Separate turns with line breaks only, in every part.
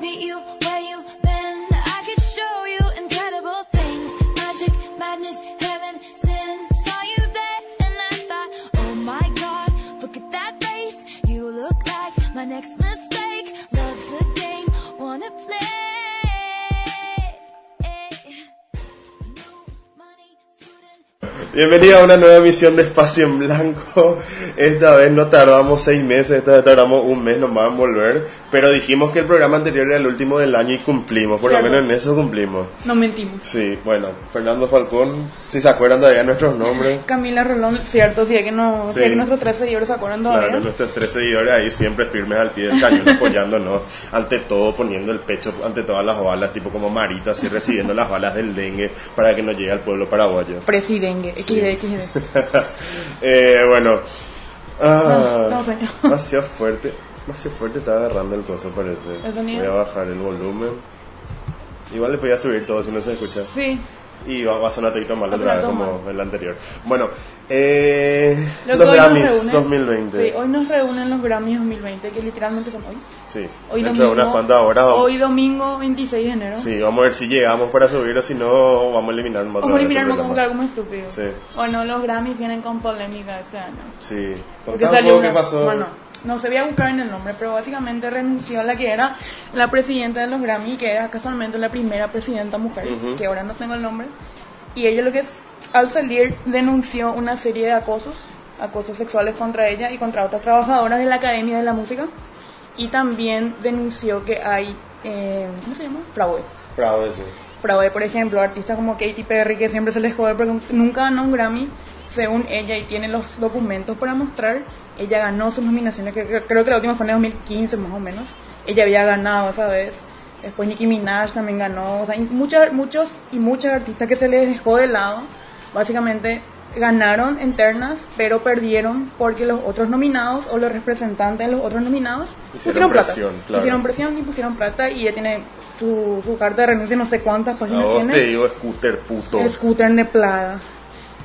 you where you been. I could show you incredible things. Magic, madness, heaven, sin. Saw you there and I thought, oh my god, look at that face. You look like my next mistake. Love's a game, wanna play. New money, student
Bienvenido a una nueva emisión de Espacio en Blanco. Esta vez no tardamos seis meses, esta vez tardamos un mes nomás en volver. Pero dijimos que el programa anterior era el último del año y cumplimos, por
Cierto.
lo menos en eso cumplimos.
No mentimos.
Sí, bueno, Fernando Falcón, si se acuerdan todavía nuestros nombres.
Camila Rolón, cierto, si es que, no, si
Sí.
es que nuestros tres seguidores se acuerdan todavía.
Claro, nuestros tres seguidores ahí siempre firmes al pie del cañón, apoyándonos, ante todo poniendo el pecho ante todas las balas, tipo como Marita, así recibiendo las balas del dengue para que nos llegue al pueblo paraguayo.
Presidengue,
Sí.
XD, XD.
eh, bueno. Ah,
No, no, señor.
Demasiado fuerte. Demasiado fuerte está agarrando el coso, parece.
¿El sonido?
Voy a bajar el volumen. Igual le voy a subir todo si no se escucha.
Sí,
Y va, va a sonar todito mal
Va a
otra
sonar
vez
todo
como
mal.
el anterior. Bueno, eh,
Lo que
los
hoy nos
Grammys
reúne-
2020.
sí, hoy nos reúnen los Grammys 2020, que literalmente son hoy.
Sí,
Hoy
dentro de
domingo,
unas cuantas horas vamos.
Hoy domingo 26 de enero.
Sí, vamos a ver si llegamos para subir o si no, vamos a eliminar un
Vamos a eliminarnos como que algo muy estúpido.
Sí.
Bueno, los Grammys vienen con polémica ese año.
Sí,
Porque
contá un
salió
poco
una-
qué pasó.
Bueno, no se voy a buscar en el nombre, pero básicamente renunció a la que era la presidenta de los Grammy, que era casualmente la primera presidenta mujer,
Ujú.
que ahora no tengo el nombre. Y ella lo que es, al salir denunció una serie de acosos, acosos sexuales contra ella y contra otras trabajadoras de la Academia de la Música. Y también denunció que hay, eh, ¿cómo se llama? Fraude.
Fraude, sí.
Fraude, por ejemplo, artistas como Katy Perry, que siempre se les jode porque nunca ganó un Grammy, según ella, y tiene los documentos para mostrar. Ella ganó sus nominaciones, que que- creo que la última fue en el 2015 más o menos. Ella había ganado esa vez. Después Nicki Minaj también ganó. O sea, hay muchas, muchos y muchas artistas que se les dejó de lado, básicamente ganaron internas, pero perdieron porque los otros nominados o los representantes de los otros nominados
Hicieron
pusieron plata.
presión, claro.
Hicieron presión y pusieron plata y ella tiene su, su carta de renuncia, no sé cuántas
A
páginas
vos te
tiene.
digo scooter puto.
Scooter de plaga.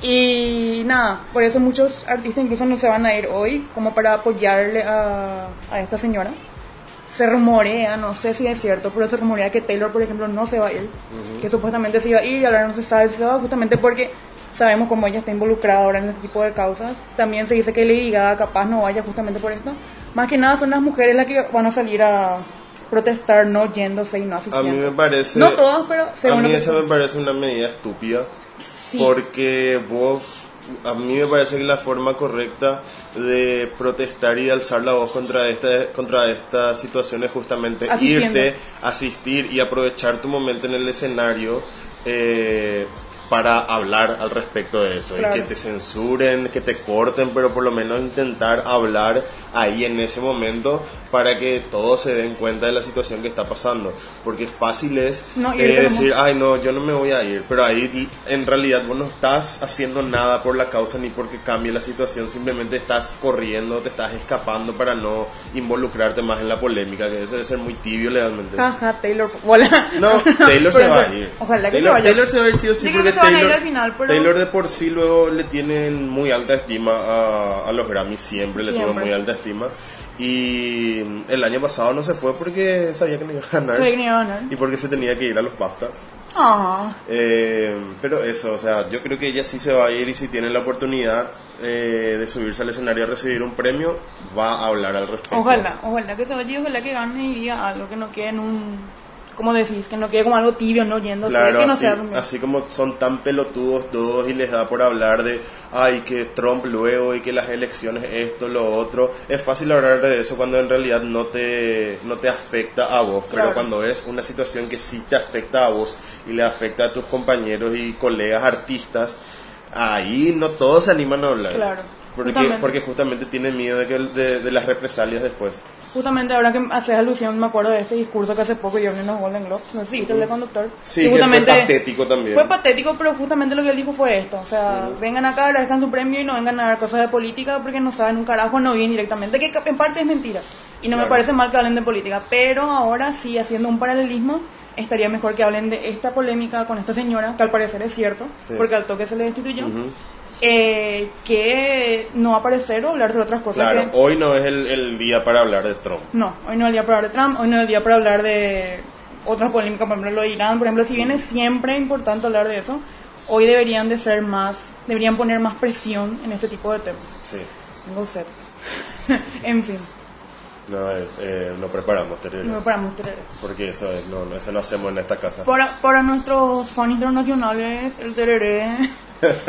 Y nada, por eso muchos artistas incluso no se van a ir hoy como para apoyarle a, a esta señora. Se rumorea, no sé si es cierto, pero se rumorea que Taylor, por ejemplo, no se va a ir. Que supuestamente se iba a ir y ahora no se sabe si se va, justamente porque sabemos cómo ella está involucrada ahora en este tipo de causas. También se dice que Lady Gaga capaz no vaya justamente por esto. Más que nada son las mujeres las que van a salir a protestar no yéndose y no
A
asistiendo.
mí me parece.
No todas, pero
A
según lo
mí
que
esa
se-
me parece una medida estúpida.
Sí.
Porque vos. A mí me parece que la forma correcta de protestar y de alzar la voz contra esta, contra esta situación es justamente
Asistiendo.
irte, asistir y aprovechar tu momento en el escenario eh, para hablar al respecto de eso.
Claro.
Y que te censuren, que te corten, pero por lo menos intentar hablar ahí en ese momento para que todos se den cuenta de la situación que está pasando. Porque fácil es
No, y
eh,
ahorita
decir, ay no, yo no me voy a ir, pero ahí en realidad vos no estás haciendo nada por la causa ni porque cambie la situación, simplemente estás corriendo, te estás escapando para no involucrarte más en la polémica, que eso debe ser muy tibio legalmente.
Jaja, Taylor. Hola.
No, Taylor se
Ah. Pero,
va a ir.
Ojalá que
Taylor,
se vaya.
Taylor se va a ir sí o sí
Yo creo
porque
que se van a ir
Taylor,
al final, pero-
Taylor de por sí luego le tienen muy alta estima a, a los Grammys, siempre, le tienen
Siempre.
muy alta estima. Y el año pasado no se fue porque sabía que no iba a ganar.
Sabía que no iba a ganar.
Y porque se tenía que ir a los pastas.
Ah,
Eh, pero eso, o sea, yo creo que ella sí se va a ir y si tiene la oportunidad eh, de subirse al escenario a recibir un premio, va a hablar al respecto.
ojalá, ojalá que se vaya y ojalá que gane y diga algo que no quede en un. ¿Cómo decís? Que no quede como algo tibio, no yendo.
Claro,
que no
así,
sea rumbo.
así como son tan pelotudos todos y les da por hablar de, ay, que Trump luego y que las elecciones esto, lo otro, es fácil hablar de eso cuando en realidad no te, no te afecta a vos, pero
Claro.
cuando es una situación que sí te afecta a vos y le afecta a tus compañeros y colegas artistas, ahí no todos se animan a hablar.
Claro,
Porque justamente,
justamente.
porque justamente tienen miedo de, que, de, de las represalias después.
Justamente ahora que haces alusión, me acuerdo de este discurso que hace poco dieron en los Golden Globes. No sé si viste el de conductor.
Sí, que fue
justamente-
patético también.
Fue patético, pero justamente lo que él dijo fue esto. O sea, vengan acá, agradezcan su premio y no vengan a dar cosas de política porque no saben un carajo, no vienen directamente, que en parte es mentira. Y no
Claro.
me parece mal que hablen de política, pero ahora sí, haciendo un paralelismo, estaría mejor que hablen de esta polémica con esta señora, que al parecer es cierto,
Sí.
porque al toque se le destituyó,
Ujú.
eh, que no aparecer o hablar de otras cosas.
Claro,
que-
hoy no es el, el día para hablar de Trump.
No, hoy no es el día para hablar de Trump, hoy no es el día para hablar de otras polémicas, por ejemplo, lo de Irán, por ejemplo, si bien es siempre importante hablar de eso, hoy deberían de ser más, deberían poner más presión en este tipo de temas.
Sí.
Tengo sed. en fin,
No, eh, eh, no preparamos, terrible.
no paramos tener
Porque eso es, no, no, eso no hacemos en esta casa.
Para, para nuestros fans internacionales, el tereré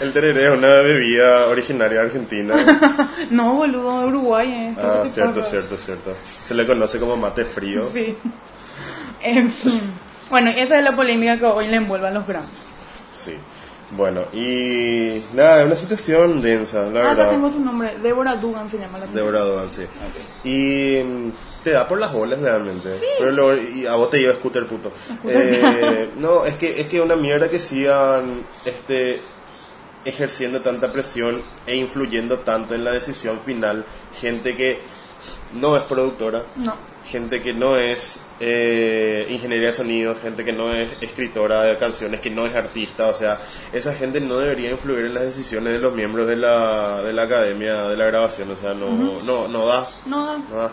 El tereré es una bebida originaria argentina.
no, boludo, de Uruguay ¿eh? es.
Ah, cierto, cierto, cierto. Se le conoce como mate frío.
Sí. En fin. Bueno, y esa es la polémica que hoy le envuelve a los Grammys.
Sí. Bueno, y nada, es una situación densa, la
Ah, acá
verdad.
tengo su nombre. Débora Dugan se llama la señora.
Deborah Dugan, sí. Y mm, te da por las bolas realmente. Pero lo- y a vos te lleva scooter puto. Eh, no, es que es que una mierda que sigan este ejerciendo tanta presión e influyendo tanto en la decisión final gente que no es productora,
No.
gente que no es eh, ingeniería de sonido, gente que no es escritora de canciones, que no es artista, o sea, esa gente no debería influir en las decisiones de los miembros de la, de la academia de la grabación, o sea, no, no, no da,
No,
no da.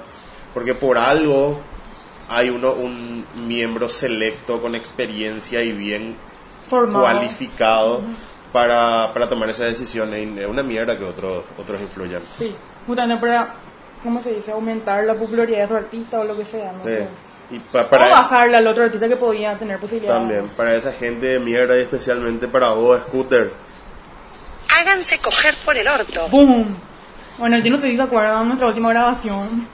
Porque por algo hay uno, un miembro selecto con experiencia y bien
formado.
cualificado para, para tomar esas decisiones, y es una mierda que otros otros influyan.
Sí. Justamente para, ¿cómo se dice? Aumentar la popularidad de su artista o lo que sea, ¿no?
Sí.
sé.
Y pa-
O
para,
bajarla al otro artista que podía tener posibilidad.
También, para esa gente de mierda y especialmente para vos, Scooter.
Háganse coger por el orto.
¡Boom! Bueno, yo no sé si se acuerdan de nuestra última grabación.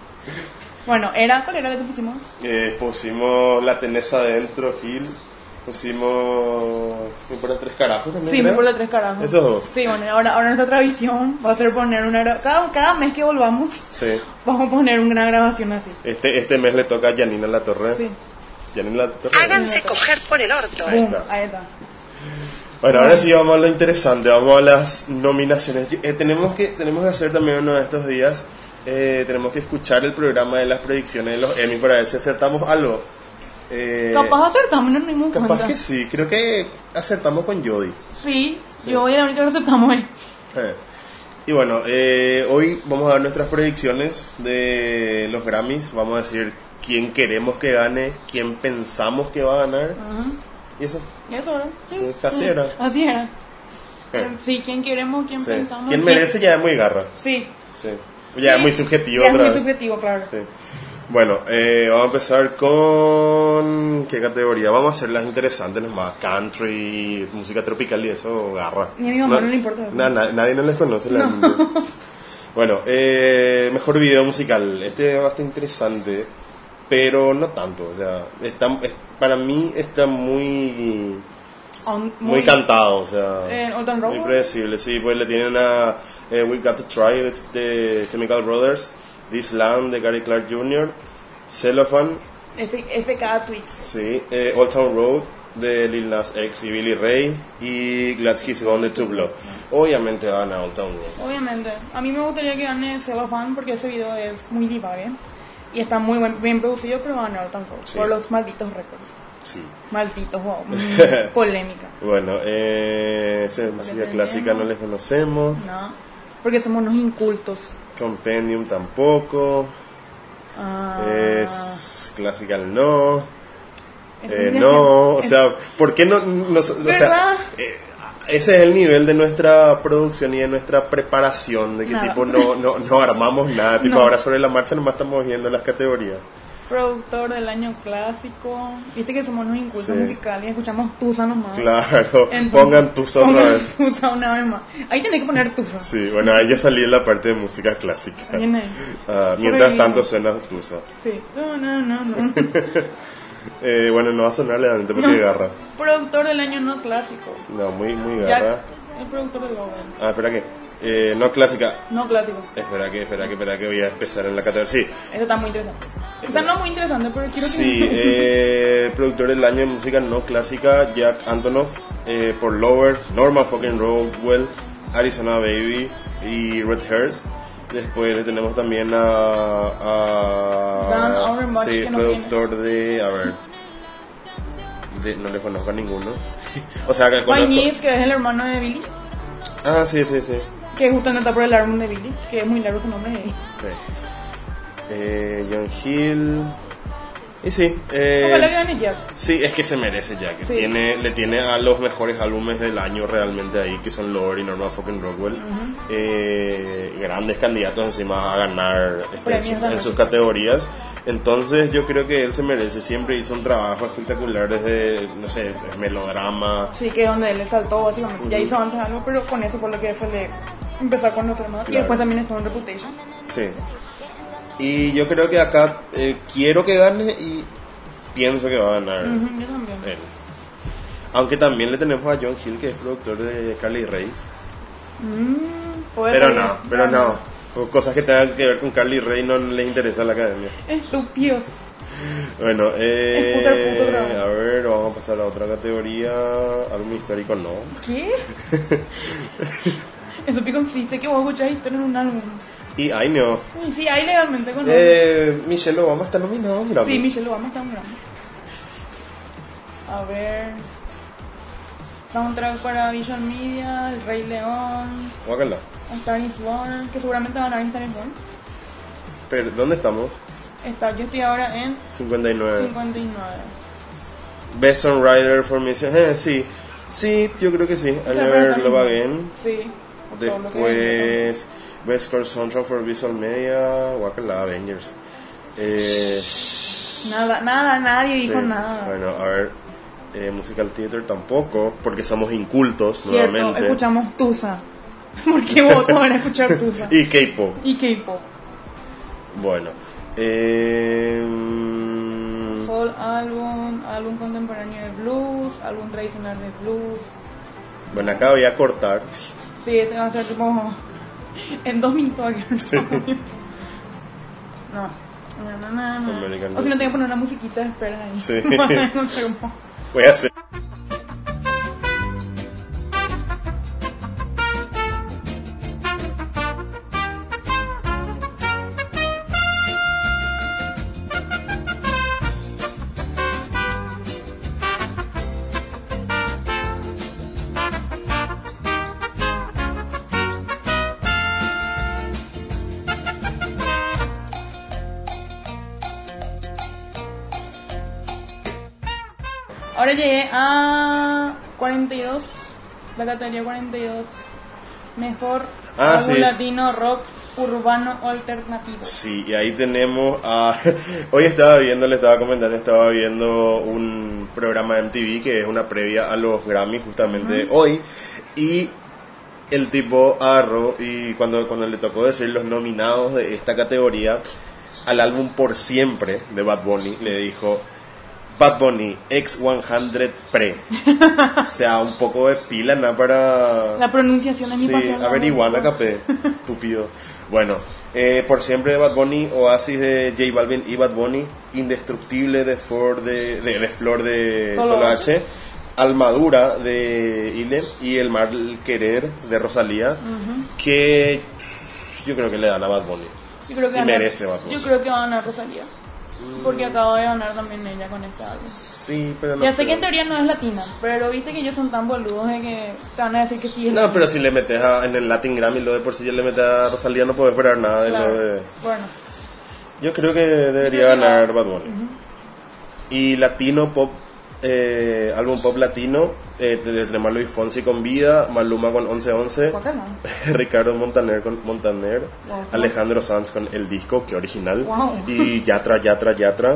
Bueno, era, ¿cuál era la que pusimos?
Eh, pusimos la tenés adentro, Gil. Pusimos. Me importa tres carajos también.
Sí, me
creo.
acuerdo de tres carajos.
Esos dos.
Sí, bueno, ahora, ahora nuestra tradición va a ser poner una... gra- Cada, cada mes que volvamos,
Sí.
vamos a poner una grabación así.
Este, este mes le toca a Janina La Torre.
Sí.
Janina La Torre.
Háganse coger por el orto.
Ahí
Boom,
está.
ahí está.
Bueno, ahora sí vamos a lo interesante, vamos a las nominaciones. Eh, tenemos, que, tenemos que hacer también uno de estos días, eh, tenemos que escuchar el programa de las predicciones de los Emmy para ver si acertamos algo. Eh,
Capaz acertamos, no nos dimos
Capaz
cuenta.
que sí, creo que acertamos con Jody.
Sí, yo voy a la única que aceptamos ahí.
Eh. Y bueno, eh, hoy vamos a dar nuestras predicciones de los Grammys. Vamos a decir quién queremos que gane, quién pensamos que va a ganar. Y eso,
¿Y Eso era. Sí.
eh, casi era.
Así era.
Eh,
Sí, quién queremos, quién
sí.
pensamos.
Quién merece ya es muy garra.
Sí.
Sí. Ya es
Sí,
muy subjetivo
ya
otra
Es
vez.
muy subjetivo, claro.
Sí. Bueno, eh, vamos a empezar con... ¿Qué categoría? Vamos a hacer las interesantes nomás. Country, música tropical y eso, garra.
Ni a mi mamá no le importa eso.
na- na- nadie no les conoce. La bueno, eh, mejor video musical. Este es bastante interesante, pero no tanto. O sea, está, es- para mí está muy...
On-
Muy, cantado, o sea.
Eh, Old Town Road.
muy predecible, sí, pues le tienen a eh, We Got to Try It de Chemical Brothers, This Land de Gary Clark Jr., Cellophane,
F- FK Twitch.
sí, eh, Old Town Road de Lil Nas X y Billy Ray y Glad He's Gone de Tupelo. Obviamente van a Old Town Road.
Obviamente. A mí me gustaría que gane Cellophane porque ese video es muy diva, ¿bien? Y está muy buen- bien producido, pero van a ganar tampoco.
Sí.
Por los malditos récords.
Sí.
Malditos, wow. Mm, Polémica.
Bueno, eh, esa es música
tenemos.
clásica no les conocemos,
No. Porque somos unos incultos.
Compendium tampoco,
Ah,
es classical no.
es
Eh,
un-
no, o sea, ¿por qué no? no- o sea,
¿Verdad?
eh, ese es el nivel de nuestra producción y de nuestra preparación, de que
Nada.
tipo no, no, no armamos nada, tipo
No.
ahora sobre la marcha nomás estamos viendo las categorías.
productor del año clásico. Viste que somos unos incultos
Sí.
musicales y escuchamos Tusa nomás.
Claro,
Ah. Entonces,
pongan tus otra
pongan
vez.
Tusa una vez más. Ahí tenés que poner Tusa.
Sí, bueno, ahí ya salí de la parte de música clásica.
Ahí en ahí.
Ah, mientras
Sobrevivimos.
tanto suena Tusa.
Sí. No, no, no, no.
Eh, bueno, no va a sonar legalmente porque
No.
garra.
productor del año no clásico.
No, muy, muy garra.
Ya, el productor del Gowan.
Ah, espera que. eh, no clásica.
No clásico.
Espera que, espera que, espera que voy a empezar en la categoría. Sí,
Eso está muy interesante. O sea, no muy interesante, pero quiero
Sí,
que...
eh, productor del año de música no clásica, Jack Antonoff, eh, por Lover, Norman fucking Rockwell, Arizona Baby y Red Hairs. Después le tenemos también a...
Dan
a
Auerbach,
sí,
que no
productor de... A ver... de- no le conozco a ninguno. o sea, que
My
conozco...
Niece, que es el hermano de Billy,
Ah, sí, sí, sí.
que justamente está por el álbum de Billy, que es muy largo su nombre.
sí. Eh, John Hill... Y sí, eh,
Ojalá que gane Jack.
sí, es que se merece ya, que
Sí.
tiene, le tiene a los mejores álbumes del año realmente ahí, que son Lord y Norman fucking Rockwell, Eh, grandes candidatos encima a ganar este, en,
Premios
sus,
ganados.
en sus categorías. Entonces yo creo que él se merece, siempre hizo un trabajo espectacular desde, no sé, melodrama.
Sí, que es donde él saltó, básicamente. Ya hizo antes algo, pero con eso fue lo que se le empezó a conocer más. Y
Claro.
después también estuvo en Reputation.
Sí. Y yo creo que acá eh, quiero que gane y pienso que va a ganar.
Ujú, Yo también.
él. Aunque también le tenemos a John Hill, que es productor de Carly Rey.
Puede
Pero
ser.
no, pero no. O Cosas que tengan que ver con Carly Rey no les interesa a la academia.
Estúpidos.
Bueno,
Scooter, puto,
eh,
bravo.
a ver, vamos a pasar a otra categoría. Álbum histórico no.
¿Qué? Eso que consiste que vos escuchás historia en un álbum.
Y ay no.
Y sí, ahí legalmente con
Eh, Michelle Obama está nominado, mira.
Sí, Michelle Obama está muy grande. A ver. Soundtrack para Visual Media, El Rey León,
Guácala.
A Star is Born, que seguramente van a ver Star is Born.
Pero, ¿dónde estamos?
Está, yo estoy ahora en
59.
59.
Best Songwriter for Mission. Eh, sí. Sí, yo creo que sí. I Never Love Again.
Sí. por todo lo que dice,
Después, Best Score Soundtrack for Visual Media, Guacala, Avengers. Eh,
¿no? Nada, nada, nadie dijo
sí,
nada.
Bueno, a ver, eh, Musical Theater tampoco, porque somos incultos
Cierto,
nuevamente.
escuchamos Tusa. ¿Por qué vos van a escuchar Tusa?
Y K-pop.
y K-pop.
Bueno, eh, mm,
Full álbum, álbum contemporáneo de blues, álbum tradicional de blues.
bueno, acá voy a cortar.
Sí, este va a ser como en dos minutos aquí. No. No, no, no, no.
American
O si no, tengo que poner una musiquita de espera ahí.
Sí.
No sé cómo.
Voy a hacer.
Ahora llegué a 42, la categoría 42. Mejor
Ah,
álbum
sí.
latino, rock, urbano, alternativo.
Sí, y ahí tenemos a... Hoy estaba viendo, le estaba comentando, estaba viendo un programa de MTV que es una previa a los Grammy justamente hoy. Y el tipo agarró y cuando, cuando le tocó decir los nominados de esta categoría al álbum Por Siempre de Bad Bunny, le dijo... Bad Bunny X100 Pre. o sea, un poco de pila, ¿no? Para...
La pronunciación es mi
Sí,
pasión.
a ver, igual la capé, estúpido. Bueno, eh, por siempre de Bad Bunny, Oasis de J Balvin y Bad Bunny, Indestructible de, Ford de, de, de Flor de
Tolo
Toloache, Almadura de Ile y El Mal Querer de Rosalía, que yo creo que le dan a Bad Bunny.
Yo creo que
Y
va a ganar-
merece pues. Bad Bunny.
Yo creo que va a ganar Rosalía. Porque acaba de ganar también ella con este álbum.
Sí, pero no.
Ya sé
creo.
que en teoría no es latina, pero viste que ellos son tan boludos de que te van a decir que sí es
No, pero si le metes a- en el Latin Grammy, lo de por si ya le metes a Rosalía, no puedo esperar nada de
Claro.
lo de.
Bueno,
Yo creo que debería
Yo creo que
ganar Bad Bunny. Y latino pop, eh, álbum pop latino, eh, de- de Malo y Fonsi con Vida, Maluma con 1111,
guacala.
Ricardo Montaner con Montaner,
Wow.
Alejandro Sanz con El Disco, que original,
Wow.
y Yatra, Yatra, Yatra,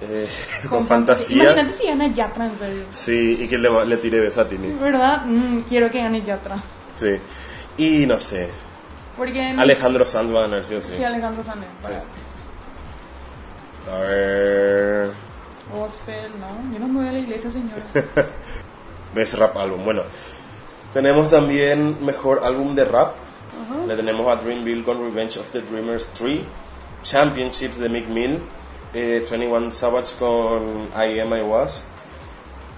eh, con, Fantasía.
Imagínate si gana Yatra en serio.
Sí, y que le, le tire beso a Tini.
¿Verdad? Mm, quiero que gane Yatra.
Sí. Y no sé,
Porque no-
Alejandro Sanz va a ganar, sí o sí.
Mm. Sí, Alejandro Sanz. para-
A ver.
Gospel, no. Yo no me voy a la iglesia, señor.
Best Rap Album. Bueno, tenemos también Mejor Álbum de Rap. Le tenemos a Dreamville con Revenge of the Dreamers 3. Championships de Mick Mill. eh, 21 Savage con I Am I Was.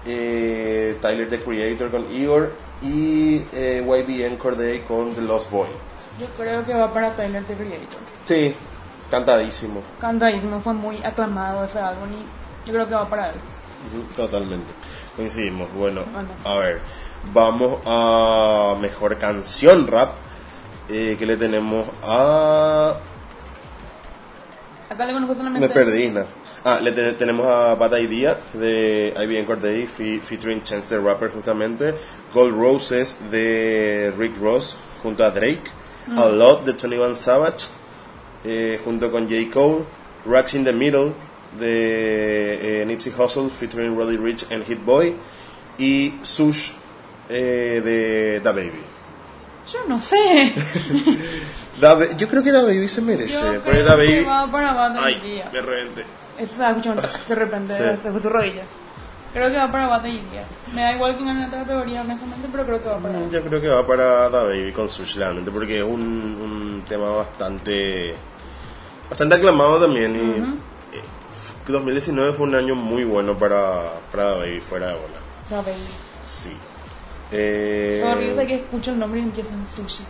eh, Tyler the Creator con Igor. Y eh, YBN Corday con The Lost Boy.
Yo creo que va para Tyler The Creator.
Sí, cantadísimo.
Candaísmo fue muy aclamado ese álbum y yo creo que va para él.
Ujú, Totalmente. Coincidimos. Bueno,
Bueno.
a ver. Vamos a mejor canción rap. eh, que le tenemos a.
Acá le conozco solamente.
Me perdí, na. Ah, le te- tenemos a Bad Idea de IBM Corday fe- featuring Chance the Rapper justamente, Gold Roses de Rick Ross junto a Drake,
Mm.
A Lot de Tony Van Savage eh, junto con J. Cole, Racks in the Middle de eh, Nipsey Hussle featuring Roddy Rich and Hit Boy y Sush eh, de Da Baby.
Yo no sé.
Da Ba- yo creo que Da Baby se merece,
Yo
porque
creo
Da
que
Baby...
va para Bad
Ay,
Idea.
me reventé.
Eso se escuchó un tac de repente,
Sí.
se fue su rodilla. Creo que va para Bata India. Me da igual quién gane la categoría, honestamente, pero creo que va para.
Yo creo que va para Da Baby con Sush, realmente, porque es un, un tema bastante bastante aclamado también. Y eh, 2019 fue un año muy bueno para, para Da Baby, fuera de bola.
Da Baby.
Sí. Eh,
Sorry, yo sé que escucho el nombre y empiezo en sushi.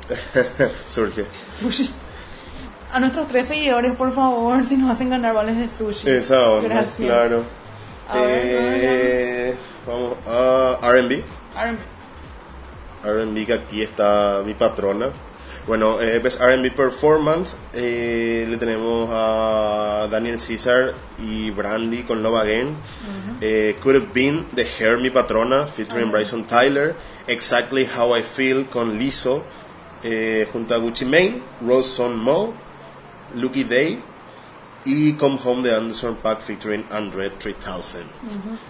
surge.
Sushi. A nuestros tres seguidores, por favor, si nos hacen ganar vales de sushi.
Esa onda,
Gracias.
claro.
A ver,
Eh, vamos a RB.
R&B.
R&B que aquí está mi patrona. Bueno, eh, pues R&B Performance eh, le tenemos a Daniel César y Brandy con Love Again. Eh, Could Have Been de Hair, mi patrona, featuring
Ah.
Bryson Tyler. Exactly How I Feel con Lizzo, eh, junto a Gucci Mane, Rose Son Mo, Lucky Day y Come Home de Anderson Pack featuring Andre 3000.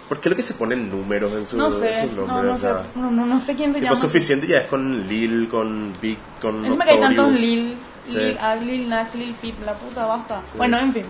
¿Por qué lo que se ponen números en, su,
No sé,
en sus
no,
nombres?
no
O
sé,
sea,
no, no, no sé quién se
Tipo,
llama.
suficiente ya es con Lil, con Big, con
Es que hay tantos
Notorious.
Lil,
Sí.
Lil, Ag, Lil, Nas, Lil, Peep, la puta, basta. Bueno, en fin.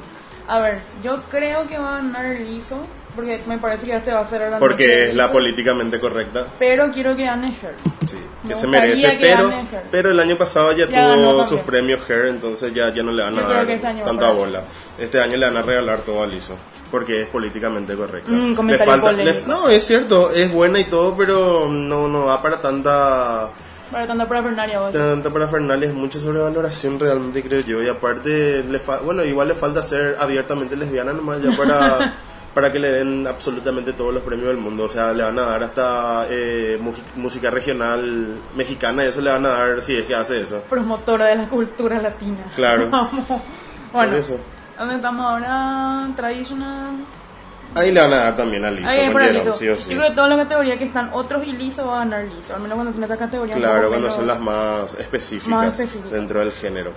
A ver, yo creo que va a ganar Lizzo, porque me parece que este va a ser ahora
Porque es la políticamente correcta.
Pero quiero que gane Her.
Sí,
Me
que se
gustaría
merece,
que
pero,
gane Her.
pero el año pasado ya,
Ya ganó
tuvo
también.
sus premios Hair, entonces ya, ya no le van
Yo
a
creo que este año
dar
va
tanta
para
bola. Este año le van a regalar todo a Lizzo, porque es políticamente correcta.
Mm,
le
comentario
falta, le-
polémico.
no, es cierto, es buena y todo, pero no, no va para tanta...
Para tanto para Fernaria vos.
Tanta parafernalia es mucha sobrevaloración realmente, creo yo. Y aparte, le fa- bueno, igual le falta ser abiertamente lesbiana nomás ya para, para que le den absolutamente todos los premios del mundo. O sea, le van a dar hasta eh, mu- música regional mexicana y eso le van a dar si es que hace eso.
Promotora de la cultura latina.
Claro.
Vamos. Bueno,
Por eso.
¿dónde estamos ahora? Traditional.
Ahí le van a dar también a Lizzo,
Ahí es
con
para
Jerome,
Lizzo.
sí o sí.
Yo creo que todas las categorías que están otros y Lizzo va a ganar Lizzo. Al menos cuando son esas categorías. un
Claro,
poco
cuando
menos-
son las más específicas,
Más específicas.
dentro del género.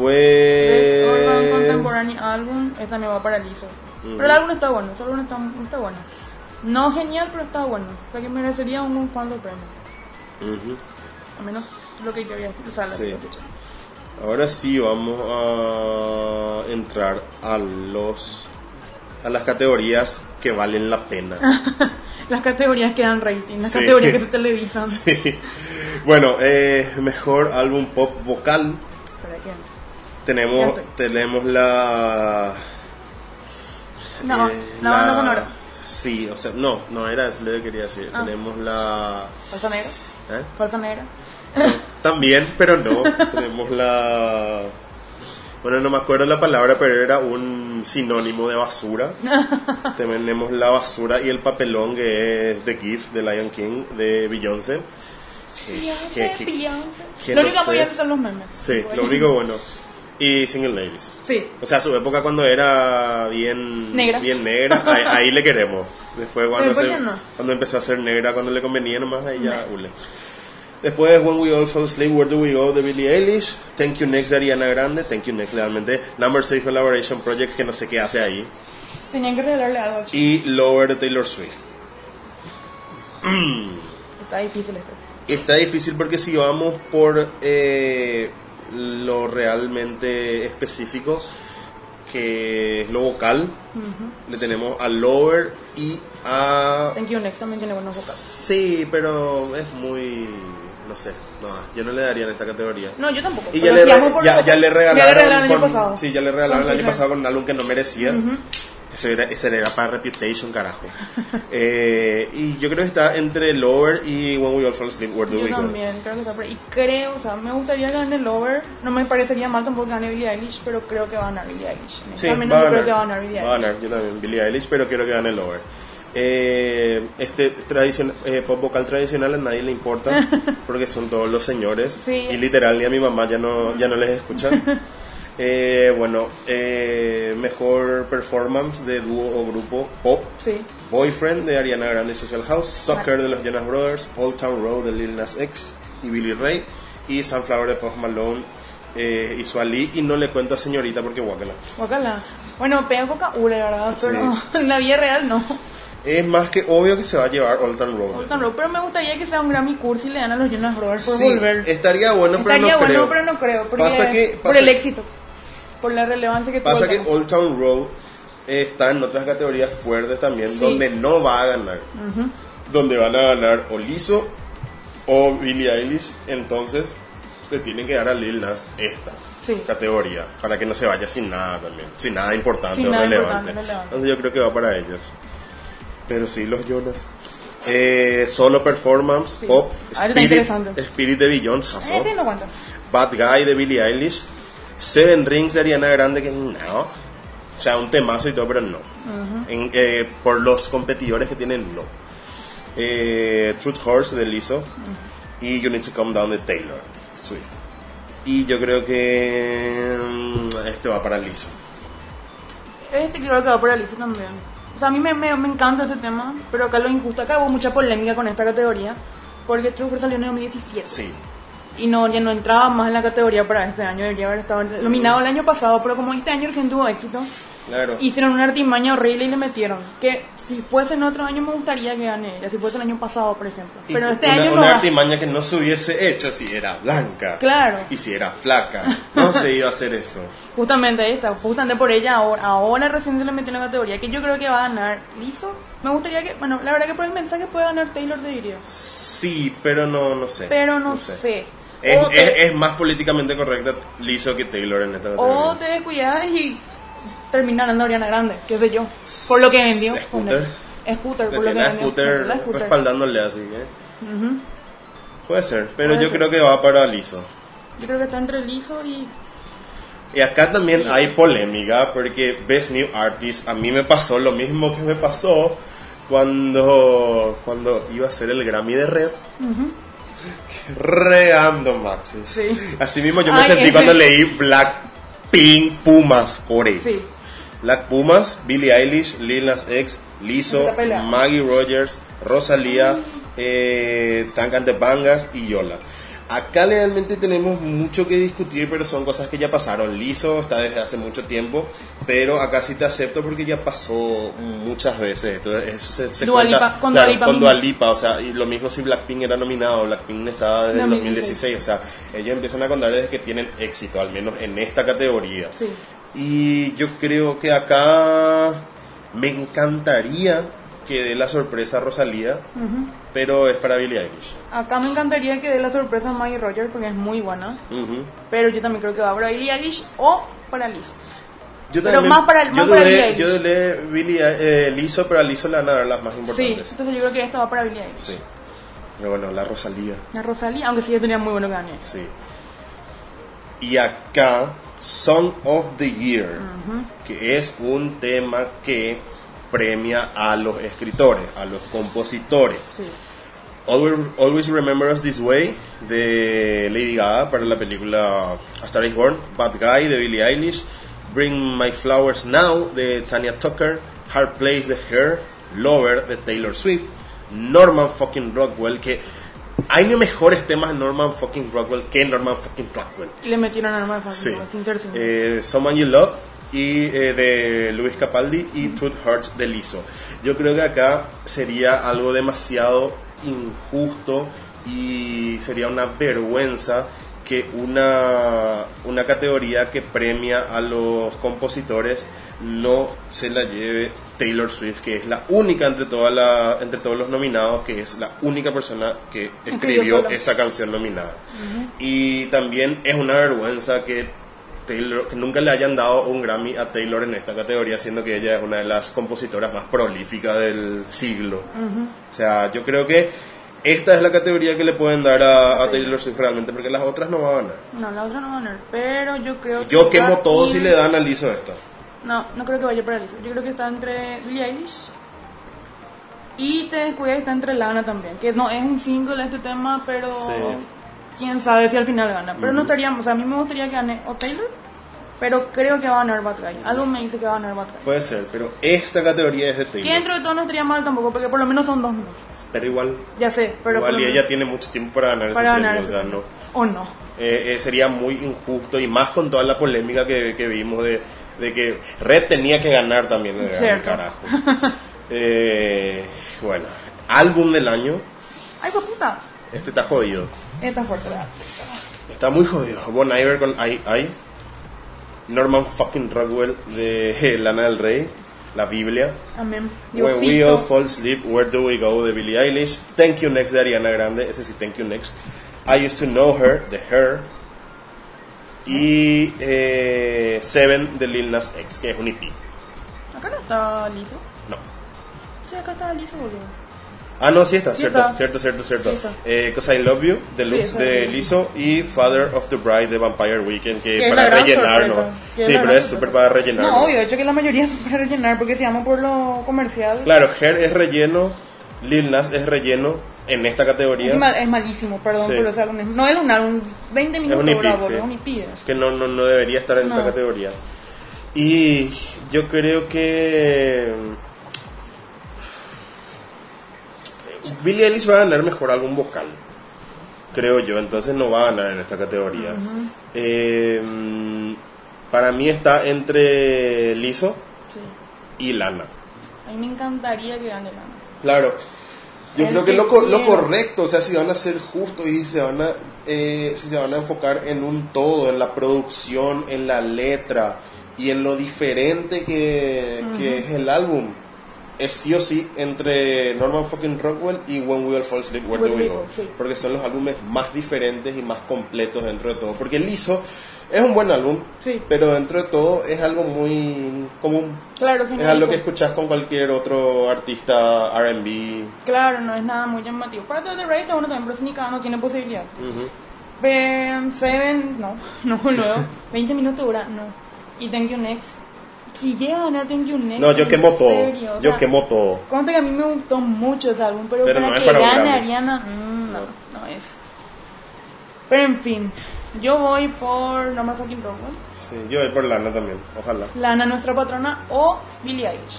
Best Urban
Después...
Contemporary Album, esta me va para Lizzo. Pero el álbum está bueno, solo no está, está bueno. No genial, pero está bueno. O sea que merecería un cuanto premio.
Ujú.
Al menos lo que yo había o sea, lo que
Sí.
yo escuché.
Ahora sí vamos a entrar a los a las categorías que valen la pena.
Las categorías que dan rating, las
Sí.
categorías que se televisan.
bueno, eh, mejor álbum pop vocal
¿Para quién?
tenemos
Ya estoy.
tenemos la
No,
eh,
la banda sonora.
Sí, o sea, no, no era eso lo que quería decir.
Ah.
Tenemos la
Falsa negra.
¿eh?
Falsa negra.
También, pero no. Tenemos la. Bueno, no me acuerdo la palabra, pero era un sinónimo de basura. Tenemos la basura y el papelón que es The Gift de Lion King de Beyoncé. Que- que- que- que
Lo
no
único
sé.
que son los memes.
Sí,
Igual.
lo único bueno. Y Single Ladies.
Sí.
O sea, su época cuando era bien
Negra.
bien negra ahí, ahí le queremos. Después cuando,
Después
se-
ya no.
cuando empezó a ser negra, cuando le convenía nomás, ahí ya hule. Después, When We All Fall Asleep, Where Do We Go, de Billie Eilish. Thank You Next, de Ariana Grande. Thank You Next, realmente. Number 6 Collaboration Project, que no sé qué hace ahí.
Tenían que regalarle algo. chico.
Y Lower, de Taylor Swift.
Está difícil esto.
Está difícil porque si vamos por eh, lo realmente específico, que es lo vocal, le tenemos a Lover y a...
Thank you next también tiene buenos vocales.
Sí, pero es muy... no sé, no, yo no le daría en esta categoría.
No, yo tampoco.
Y
pero
ya le,
si
re-
vamos por
ya,
los-
ya le
Ya le
regalaron,
regalaron el año
con-
pasado. Ah,
sí, ya le regalaron
Con
el año
Fisher.
pasado con un álbum que no merecía. Ese era, ese era para Reputation, carajo. Eh, y yo creo que está entre Lover y When We All Fall Asleep, Where Do We
Yo
Go.
también, creo que está por ahí. Y creo, o sea, me gustaría ganar el over. No me parecería mal tampoco que gane Billie Eilish, pero creo que va a ganar Billie Eilish.
Sí,
Al menos
va a
yo
ganar.
creo que va a ganar
Va
Billie
a
Eilish.
ganar, yo también, Billie Eilish, pero quiero que gane el over. Eh, este tradicion- eh, pop vocal tradicional a nadie le importa porque son todos los señores
Sí.
y literal ni a mi mamá ya no ya no les escuchan Eh, bueno, eh, mejor performance de dúo o grupo pop.
Sí.
Boyfriend de Ariana Grande y Social House, Soccer de los Jonas Brothers, Old Town Road de Lil Nas X y Billy Ray, y Sunflower de Post Malone eh, y Suali. Y no le cuento a señorita porque guácala.
Guacala. Bueno, pega coca-ure, ¿verdad? Pero en la vida real no.
Es más que obvio que se va a llevar Old Town Road.
Colton Rowe, Pero me gustaría que sea un Grammy cursi y le dan a los Jonas Brothers por
Sí,
volver.
estaría bueno, pero
Estaría
no
bueno,
creo.
pero no creo. Porque,
Pasa que-
por
pasa-
el éxito. Por la relevancia que tuvo
Pasa
el
que
tema.
Old Town Road está en otras categorías fuertes también,
Sí.
donde no va a ganar. Donde van a ganar o Lizzo o Billie Eilish. Entonces, le tienen que dar a Lil Nas esta
Sí.
categoría, para que no se vaya sin nada también, sin nada importante
Sin
o
nada
relevante.
importante, relevante.
Entonces, yo creo que va para ellos. Pero sí, los Jonas. Eh, solo performance,
Sí.
pop,
Ah, está
spirit,
interesante.
Spirit de Beyoncé, Hazzo.
Eh, sí, no cuento.
Bad Guy de Billie Eilish, Seven Rings de Ariana Grande, que no. O sea, un temazo y todo, pero no. En- eh, por los competidores que tienen, no. Eh, Truth Horse de Lizzo y You Need to Calm Down de Taylor Swift. Y yo creo que mm, este va para Lizzo.
Este creo que va por Alicia también. O sea, a mí me, me, me encanta este tema, pero acá lo injusto, acá hubo mucha polémica con esta categoría, porque True Fair salió en el 2017.
Sí.
Y no, ya no entraba más en la categoría para este año, debería haber estado nominado el año pasado, pero como este año recién tuvo éxito,
Claro.
hicieron una artimaña horrible y le metieron. Que si fuese en otro año me gustaría que gane ella, si fuese el año pasado, por ejemplo.
Y
Pero este
una,
año no.
una
va.
artimaña que no se hubiese hecho si era blanca.
Claro.
Y si era flaca. No se iba a hacer eso.
Justamente ahí está, justamente por ella ahora, ahora recién se le metió en la categoría, que yo creo que va a ganar Lizzo. Me gustaría que, bueno, la verdad que por el mensaje puede ganar Taylor, te diría.
Sí, pero no, no sé.
Pero no, sé.
Es,
o,
es-
te,
es más políticamente correcta Lizzo que Taylor en esta
o
categoría.
te descuidas y terminas dando a Ariana Grande, qué sé yo. Por lo que vendió.
Scooter.
ponle. Scooter,
Le
por lo que
tiene a
vendió.
Scooter
La Scooter.
respaldándole así que. Puede ser, pero
Puede
yo
ser.
creo que va para Lizzo.
Yo creo que está entre Lizzo y.
Y acá también hay polémica porque Best New Artist a mí me pasó lo mismo que me pasó cuando cuando iba a ser el Grammy de Red. Reando Maxis.
Sí.
Así mismo yo me
Ay,
sentí
ese-
cuando leí Blackpink Pumas Core.
Sí.
Black Pumas, Billie Eilish, Lil Nas X, Lizzo,
Esta pelea.
Maggie Rogers, Rosalía, eh, Tangan de Bangas y Yola. Acá realmente tenemos mucho que discutir, pero son cosas que ya pasaron. Lizzo está desde hace mucho tiempo, pero acá sí te acepto porque ya pasó muchas veces. Entonces, eso se, se
Dua
cuenta,
Lipa- con
claro,
Dua Lipa
con
mismo.
Dua Lipa, o sea, y lo mismo si Blackpink era nominado, Blackpink estaba desde el 2016,
2016,
o sea, ellos empiezan a contar desde que tienen éxito, al menos en esta categoría.
Sí.
Y yo creo que acá me encantaría que dé la sorpresa a Rosalía, pero es para Billie Eilish.
Acá me encantaría que dé la sorpresa a Maggie Rogers porque es muy buena.
Ujú.
Pero yo también creo que va para Billie Eilish o para Lizzo.
Yo
Pero más para el-
yo
más para
dudé-
Billie
Yo
Eilish.
dudé Billie, eh, Lizzo, pero a Lizzo le van a dar las más
Sí,
importantes.
entonces yo creo que esta va para Billie Eilish.
Sí. Pero bueno, la Rosalía,
La Rosalía, aunque sí ella tenía muy bueno que ganar.
sí. Y acá, Song of the Year, que es un tema que premia a los escritores, a los compositores.
Sí.
Always, Always Remember Us This Way de Lady Gaga para la película A Star is Born, Bad Guy de Billie Eilish, Bring My Flowers Now de Tanya Tucker, Hard Place de Her, Lover de Taylor Swift, Norman fucking Rockwell que hay mejores temas de Norman fucking Rockwell que Norman fucking Rockwell.
Y le metieron a Norma
Sí.
Fácil, sin ser sincero.
Eh, Someone You Love y eh, de Luis Capaldi y Truth Hurts de Lizzo. Yo creo que acá sería algo demasiado injusto y sería una vergüenza que una, una categoría que premia a los compositores no se la lleve Taylor Swift, que es la única entre, toda la, entre todos los nominados, que es la única persona que escribió
solo.
esa canción nominada. Y también es una vergüenza que Taylor, que nunca le hayan dado un Grammy a Taylor en esta categoría, siendo que ella es una de las compositoras más prolíficas del siglo. O sea, yo creo que esta es la categoría que le pueden dar a, a Taylor Swift realmente, porque las otras no van a ganar.
No, la otra no va a ganar, pero yo creo
Yo
que
quemo
va
todo
a
si
ir-
le dan a Lizzo esta.
No, no creo que vaya para Lizzo. Yo creo que está entre Billie Eilish y Te Descuidas está entre Lana también. Que no es un single este tema, pero
Sí.
quién sabe si al final gana. Pero no estaríamos, o sea, a mí me gustaría que gane o Taylor Pero creo que va a ganar Batgirl. Algo me dice que va a ganar Batgirl.
Puede ser, pero esta categoría es de
Que
Taylor.
dentro de todo no estaría mal tampoco, porque por lo menos son dos nomás.
Pero igual,
Ya sé, pero por
igual
lo
y
menos-
ella tiene mucho tiempo para ganar
para
ese
ganar
premio. o sea,
ese
no.
O no.
Eh, eh, sería muy injusto y más con toda la polémica que, que vimos de, de que Red tenía que ganar también. eh,
Cierto.
Carajo. Eh, bueno, álbum del año.
Ay, hijo de puta.
Este está jodido.
Está fuerte, ¿verdad?
Está muy jodido. Bon Iver con I, I. Norman fucking Rockwell de eh, Lana del Rey. La Biblia.
Amén.
When We All
Diosito.
Fall Asleep, Where Do We Go de Billie Eilish. Thank You Next de Ariana Grande. Ese sí, Thank You Next. I Used to Know Her de Her. Y eh, Seven de Lil Nas X, que es un EP.
Acá no está liso.
No.
Sí, acá está liso, boludo.
Ah, no, sí está, cierto,
está.
cierto, cierto, cierto.
Sí está.
Eh, Cause I Love You, Deluxe
Sí, esa
de
es.
Lizzo y Father of the Bride de Vampire Weekend, que,
Que es
Eh, para
la gran
rellenar, ¿no?
sorpresa,
Sí,
que es la
pero
gran
es súper
sorpresa.
para rellenar.
No, obvio, de hecho que la mayoría son para rellenar porque se llama por lo comercial.
Claro, Her es relleno, Lil Nas es relleno en esta categoría.
Es, mal- es malísimo, perdón
Sí.
por los álbumes. No es un álbum, 20
Es
minutos,
un
bravo,
IP, sí.
es un EP. es.
que no, no, no debería estar en
No.
esta categoría. Y yo creo que mm, Billie Eilish va a ganar mejor álbum vocal, creo yo. Entonces no va a ganar en esta categoría. Eh, para mí está entre Lizzo
Sí.
y Lana.
A mí me encantaría que gane Lana.
Claro. Yo
El
creo que
que
lo, co- lo
quiera.
correcto, o sea, si van a ser justos y se van a, eh, si se van a enfocar en un todo, en la producción, en la letra y en lo diferente que, que es el álbum, es sí o sí entre Norman fucking Rockwell y When We All Fall Asleep, Where Do We Go.
Sí.
Porque son los álbumes más diferentes y más completos dentro de todo. Porque Liso es un buen álbum,
Sí.
pero dentro de todo es algo muy común.
Claro,
Es algo
genérico.
que escuchás con cualquier otro artista RB.
Claro, no es nada muy llamativo. Parte de The Raid, uno también, pero Sneak no tiene posibilidad. Ven, Seven, no, no, luego. 20 minutos dura, no. Y Thank You Next. Si llega a ganar Thank You Next.
No, yo
en
quemo todo.
serio, o
Yo
sea,
quemo todo.
Consta que a mí me gustó mucho ese álbum, pero,
Pero
para
no es
que
para un
gane
Grammy.
Ariana, mm, no, no es. Pero en fin, yo voy por No More Fucking Rockwell,
Sí, yo voy por Lana también, ojalá.
Lana, nuestra patrona, o Billie Eilish.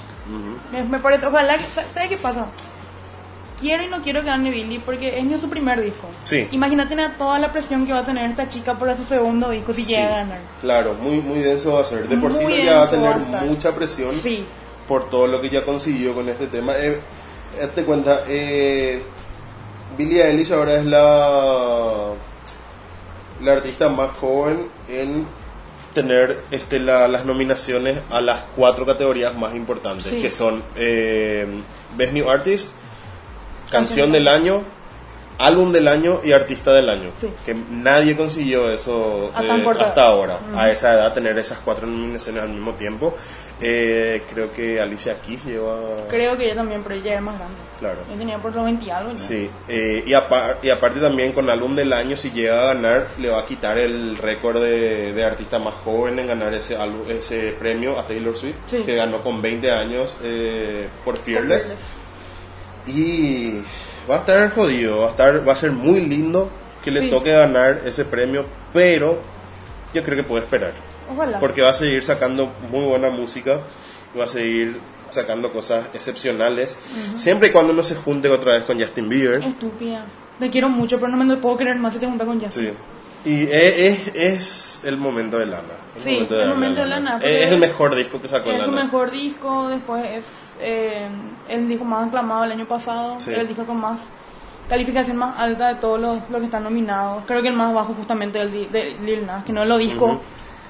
me, me parece, ojalá, que- sa- ¿sabes qué pasa? Quiero y no quiero que gane Billie porque es su primer disco.
Sí.
Imagínate na- toda la presión que va a tener esta chica por su segundo disco si
Sí,
llega a ganar.
Claro, muy, muy denso va a ser. De por sí
Muy
no ya va a
denso va
tener
a estar.
mucha presión
Sí,
por todo lo que ya consiguió con este tema. Eh, te cuenta, eh, Billie Eilish ahora es la, la artista más joven en tener este, la- las nominaciones a las cuatro categorías más importantes,
Sí.
que son eh, Best New Artist, Canción del Año, Álbum del Año y Artista del Año.
Sí.
Que nadie consiguió eso
Hasta
eh,
por-
hasta ahora, a esa edad, tener esas cuatro nominaciones al mismo tiempo. Eh, creo que Alicia Keys lleva...
creo que ella también, pero ella es más grande.
Claro.
Yo tenía por los 20 algo. ¿no?
Sí, eh, y, apar- y aparte también con álbum del año, si llega a ganar, le va a quitar el récord de, de artista más joven en ganar ese, álbum- ese premio a Taylor Swift,
Sí.
que ganó con 20 años eh, por Fearless.
Con Fearless.
Y va a estar jodido, va a, estar, va a ser muy lindo que le
Sí.
toque ganar ese premio, pero yo creo que puede esperar,
Ojalá.
porque va a seguir sacando muy buena música, y va a seguir sacando cosas excepcionales, siempre y cuando no se junte otra vez con Justin Bieber.
Estúpida. Te quiero mucho, pero no me lo puedo creer más si te juntas con Justin.
Sí. Y e, es, es, es el momento de Lana. El
Sí, el momento de Lana, porque
Es, es el mejor disco que sacó
Es su
Lana.
mejor disco, después es eh, el disco más aclamado el año pasado,
Sí.
el disco con más calificación más alta de todos los, los que están nominados. Creo que el más bajo justamente el di- de Lil Nas, que no lo disco.
Ujú.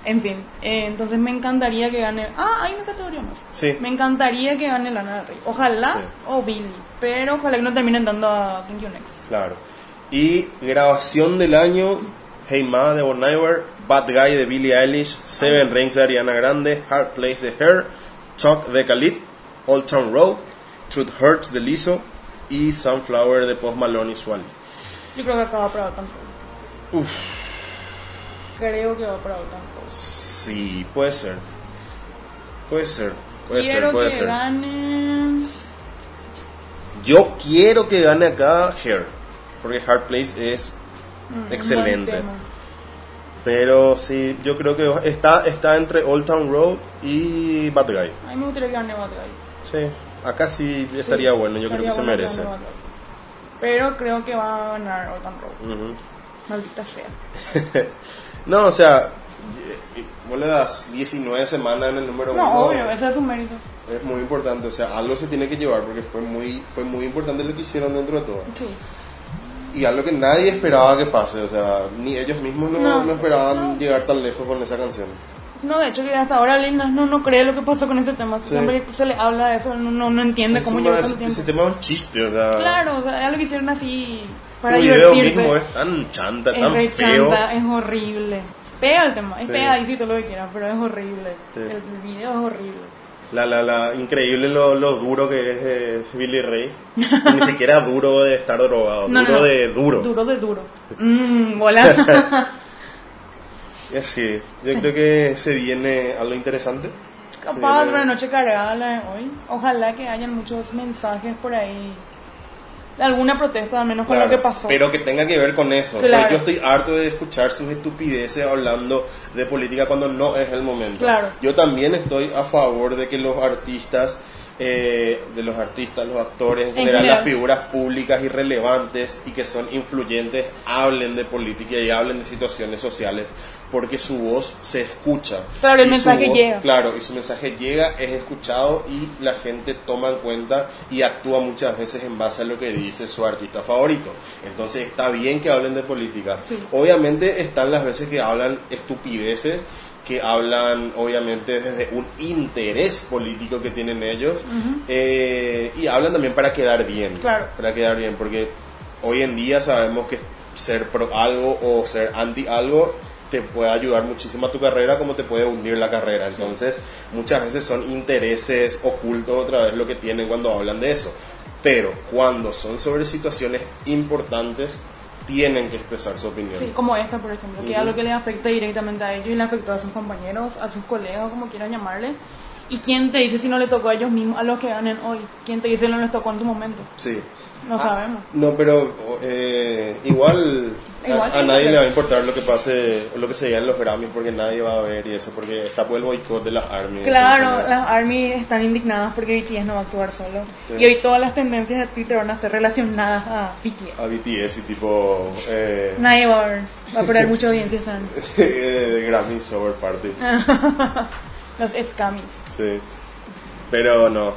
En fin, eh, entonces me encantaría que gane. Ah, hay una categoría más.
Sí.
Me encantaría que gane Lana del Rey. Ojalá
Sí.
o Billy, pero ojalá que no terminen dando a Thank You Next.
Claro. Y grabación del año: Hey Ma de Bon Iver, Bad Guy de Billie Eilish, Seven Rings de Ariana Grande, Hard Place de Her, Talk de Khalid, Old Town Road, Truth Hurts de Lizzo y Sunflower de Post Malone y Swally.
Yo creo que acaba para Control.
Uf.
Creo que va para Control.
Sí, puede ser. Puede ser. Puede
Quiero
ser, puede
que
ser.
gane.
Yo quiero que gane acá Hair, porque Hard Place es
Mm, un buen
excelente.
tema.
Pero sí, yo creo que está, está entre Old Town Road y Bad Guy.
A mí me gustaría que gane Bad Guy.
Sí, acá sí estaría
Sí,
bueno, yo creo
estaría
que se
bueno
merece.
gane Bad Guy. Pero creo que va a ganar Old Town Road.
Ujú.
Maldita sea.
no, o sea, y- y- vos le das 19 semanas en el número
No,
uno.
obvio, ese es su mérito.
Es muy importante, o sea, algo se tiene que llevar porque fue muy, fue muy importante lo que hicieron dentro de todo.
Sí.
Y algo que nadie esperaba que pase, o sea, ni ellos mismos no,
No.
no esperaban llegar tan lejos con esa canción.
No, de hecho, que hasta ahora Lina no, no cree lo que pasó con este tema.
Sí.
Siempre que se le habla de eso, no, no, no entiende cómo
Encima
lleva
ese,
tanto tiempo.
ese tema es un chiste, o sea,
Claro, o sea, ya lo que hicieron así para
su video
divertirse.
mismo es tan chanta,
Es
tan
re
feo.
chanta, es horrible. Pega el tema, es
Sí.
pegadizo y todo lo que quieras, pero es horrible.
Sí.
El video es horrible.
La, la, la, increíble lo, lo duro que es eh, Billy Ray. Ni siquiera duro de estar drogado,
No, no,
duro
no.
de duro.
Duro de duro. Mmm, bola.
Y así, Eh, yo creo que se viene algo interesante.
Capaz
Se
otra
viene-
noche cargada la de hoy. Ojalá que hayan muchos mensajes por ahí. De alguna protesta, al menos con
Claro,
lo que pasó.
Pero que tenga que ver con eso.
Claro.
Pues yo estoy harto de escuchar sus estupideces hablando de política cuando no es el momento.
Claro.
Yo también estoy a favor de que los artistas, eh, de los artistas, los actores, en general,
general.
las figuras públicas y relevantes y que son influyentes, hablen de política y hablen de situaciones sociales, porque su voz se escucha.
Claro, el
Y su
mensaje llega.
Claro, y su mensaje llega, es escuchado y la gente toma en cuenta y actúa muchas veces en base a lo que dice su artista favorito. Entonces está bien que hablen de política. Obviamente están las veces que hablan estupideces, que hablan obviamente desde un interés político que tienen ellos eh, y hablan también para quedar bien.
Claro.
Para quedar bien, porque hoy en día sabemos que ser pro algo o ser anti algo te puede ayudar muchísimo a tu carrera como te puede hundir la carrera. Entonces, muchas veces son intereses ocultos otra vez lo que tienen cuando hablan de eso. Pero cuando son sobre situaciones importantes, tienen que expresar su opinión.
Sí, como esta, por ejemplo, que es algo que le afecta directamente a ellos y le afectó a sus compañeros, a sus colegas, como quieran llamarle. ¿Y quién te dice si no le tocó a ellos mismos, a los que ganen hoy? ¿Quién te dice si no les tocó en su momento?
Sí. Ah,
No sabemos.
No, pero eh, igual, a-
Igual
a,
tiene
nadie
que-
le va a importar lo que pase, lo que se diga en los Grammys, porque nadie va a ver y eso, porque está por el boicot de las ARMY.
Claro,
Entonces,
las ARMY están indignadas porque BTS no va a actuar solo.
Sí.
Y hoy todas las tendencias de Twitter van a ser relacionadas a BTS.
A BTS y tipo... Eh,
Nadie va a ver, va a perder mucha audiencia están
de Grammy Sober Party.
los scammies.
Sí. Pero no.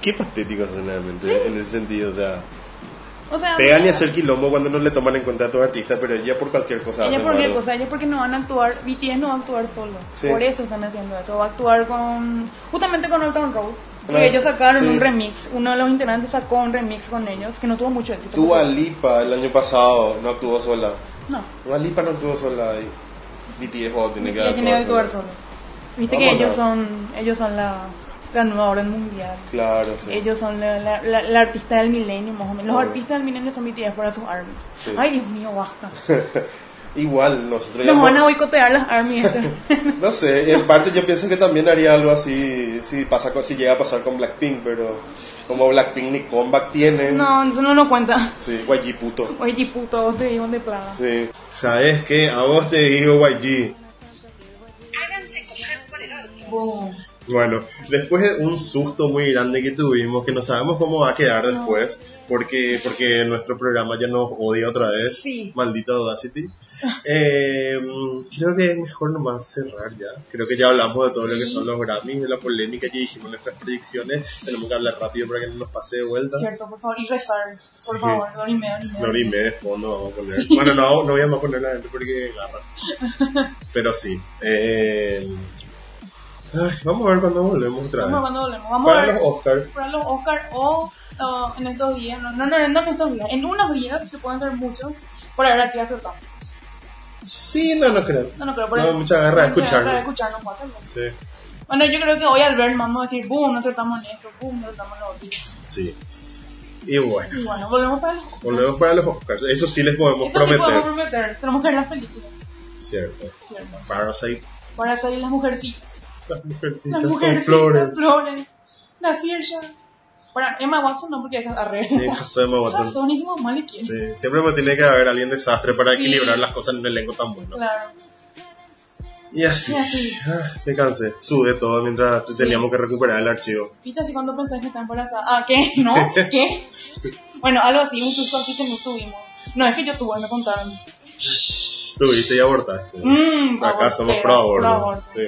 Qué patéticos realmente en ese sentido. O sea,
O sea,
pegan y hacer quilombo cuando no le toman en cuenta a tu artista, pero ella por cualquier cosa.
Ellos
hacen
porque,
algo.
o sea, ellos porque no van a actuar, BTS no va a actuar solo.
Sí.
Por eso están haciendo eso. Va a actuar con, justamente con Old Town Road. Porque
Claro,
ellos sacaron
sí.
un remix. Uno de los integrantes sacó un remix con ellos que no tuvo mucho éxito.
Dua Lipa el año pasado no actuó sola.
No,
Dua Lipa no actuó sola. Y BTS va a tener que
ya tiene que actuar
actuar
solo. Viste
Vamos
que ellos
a-
son, ellos son la, la nueva orden mundial.
Claro, sí.
Ellos son la, la, la- la artista del milenio, más o menos. Los
Claro.
artistas del milenio son BTS para sus armies.
Sí.
Ay, Dios mío, basta.
Igual, nosotros ya
Nos
no-
van a boicotear las este. armies.
No sé, en parte yo pienso que también haría algo así si pasa con- si llega a pasar con Blackpink, pero como Blackpink ni comeback tienen,
no, eso no nos cuenta.
sí, guayiputo.
Oye, puto, te digo de plata.
Sí. ¿Sabes qué? A vos te digo YG.
Háganse coger por el orto.
Bueno, después de un susto muy grande que tuvimos, que no sabemos cómo va a quedar después, porque, porque nuestro programa ya nos odia otra vez,
Sí.
maldita Audacity, eh, creo que es mejor nomás cerrar ya. Creo que ya hablamos de todo lo que son los Grammys, de la polémica, ya dijimos nuestras predicciones, tenemos que hablar rápido para que no nos pase de vuelta.
Cierto, por favor, y rezar, por
Sí.
favor, no ni medio, ni medio.
No dime de fondo vamos a poner. Bueno, no, no voy a poner la gente porque garra. Pero sí. eh, ay, vamos a ver cuando volvemos otra vez.
Vamos cuando volvemos, vamos a
Para
ver
los Oscars.
para los Oscar o ah, en estos días, no, no, no, no en estos días, en unos días, que pueden ser muchos, por ahora aquí acertamos.
Sí, no, no creo.
No, no creo, por
No,
eso.
mucha garra de
Mucha
escucharnos.
garra de escucharnos, Juan, tal vez.
Sí.
Bueno, yo creo que hoy al ver vamos a decir, boom, acertamos en esto, boom, acertamos en lo otro.
Sí. Y bueno,
Y bueno, volvemos para los Oscar.
volvemos para los Oscars. Eso sí les podemos
Esto sí podemos
prometer.
prometer, tenemos que ver las películas,
Cierto.
¿cierto?
Parasite,
Para salir las mujercitas.
las mujercitas,
Las mujeres,
con flores.
las flores, la Sierra. Para Emma Watson no, porque es arre.
Sí, José Emma Watson.
Son y somos mal y quién.
Sí, Siempre me tiene que haber alguien desastre para
Sí.
equilibrar las cosas en un elenco tan bueno.
Claro.
Y así.
Y así.
Ah, me cansé. Sudé todo mientras teníamos que recuperar el archivo.
Viste así cuando pensás que está embarazada. Ah, ¿qué? ¿No? ¿Qué? Bueno, algo así, un susto así que no tuvimos. No, es que yo tuve, me contaron.
Tuviste y abortaste.
Mm,
Acá somos pro aborto.
pro aborto.
Sí.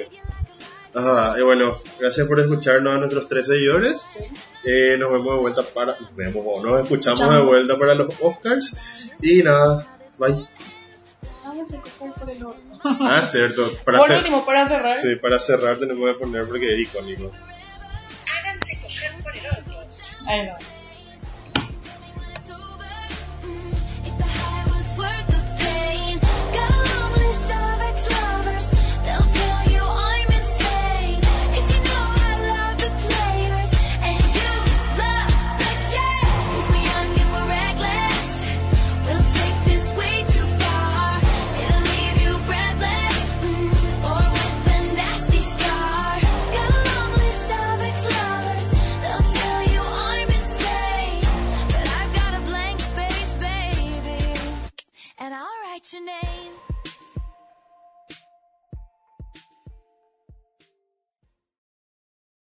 Ah, y bueno, gracias por escucharnos a nuestros tres seguidores.
Sí.
Eh, nos vemos de vuelta para. Nos vemos, o nos escuchamos
Escuchamos.
de vuelta para los Oscars. Y nada, bye.
Háganse coger por el orto.
Ah, cierto. Para,
Por
cer-
último, para cerrar.
sí, para cerrar tenemos que poner porque es icónico.
Háganse coger por el orto.
Ahí va.
Mm, mm,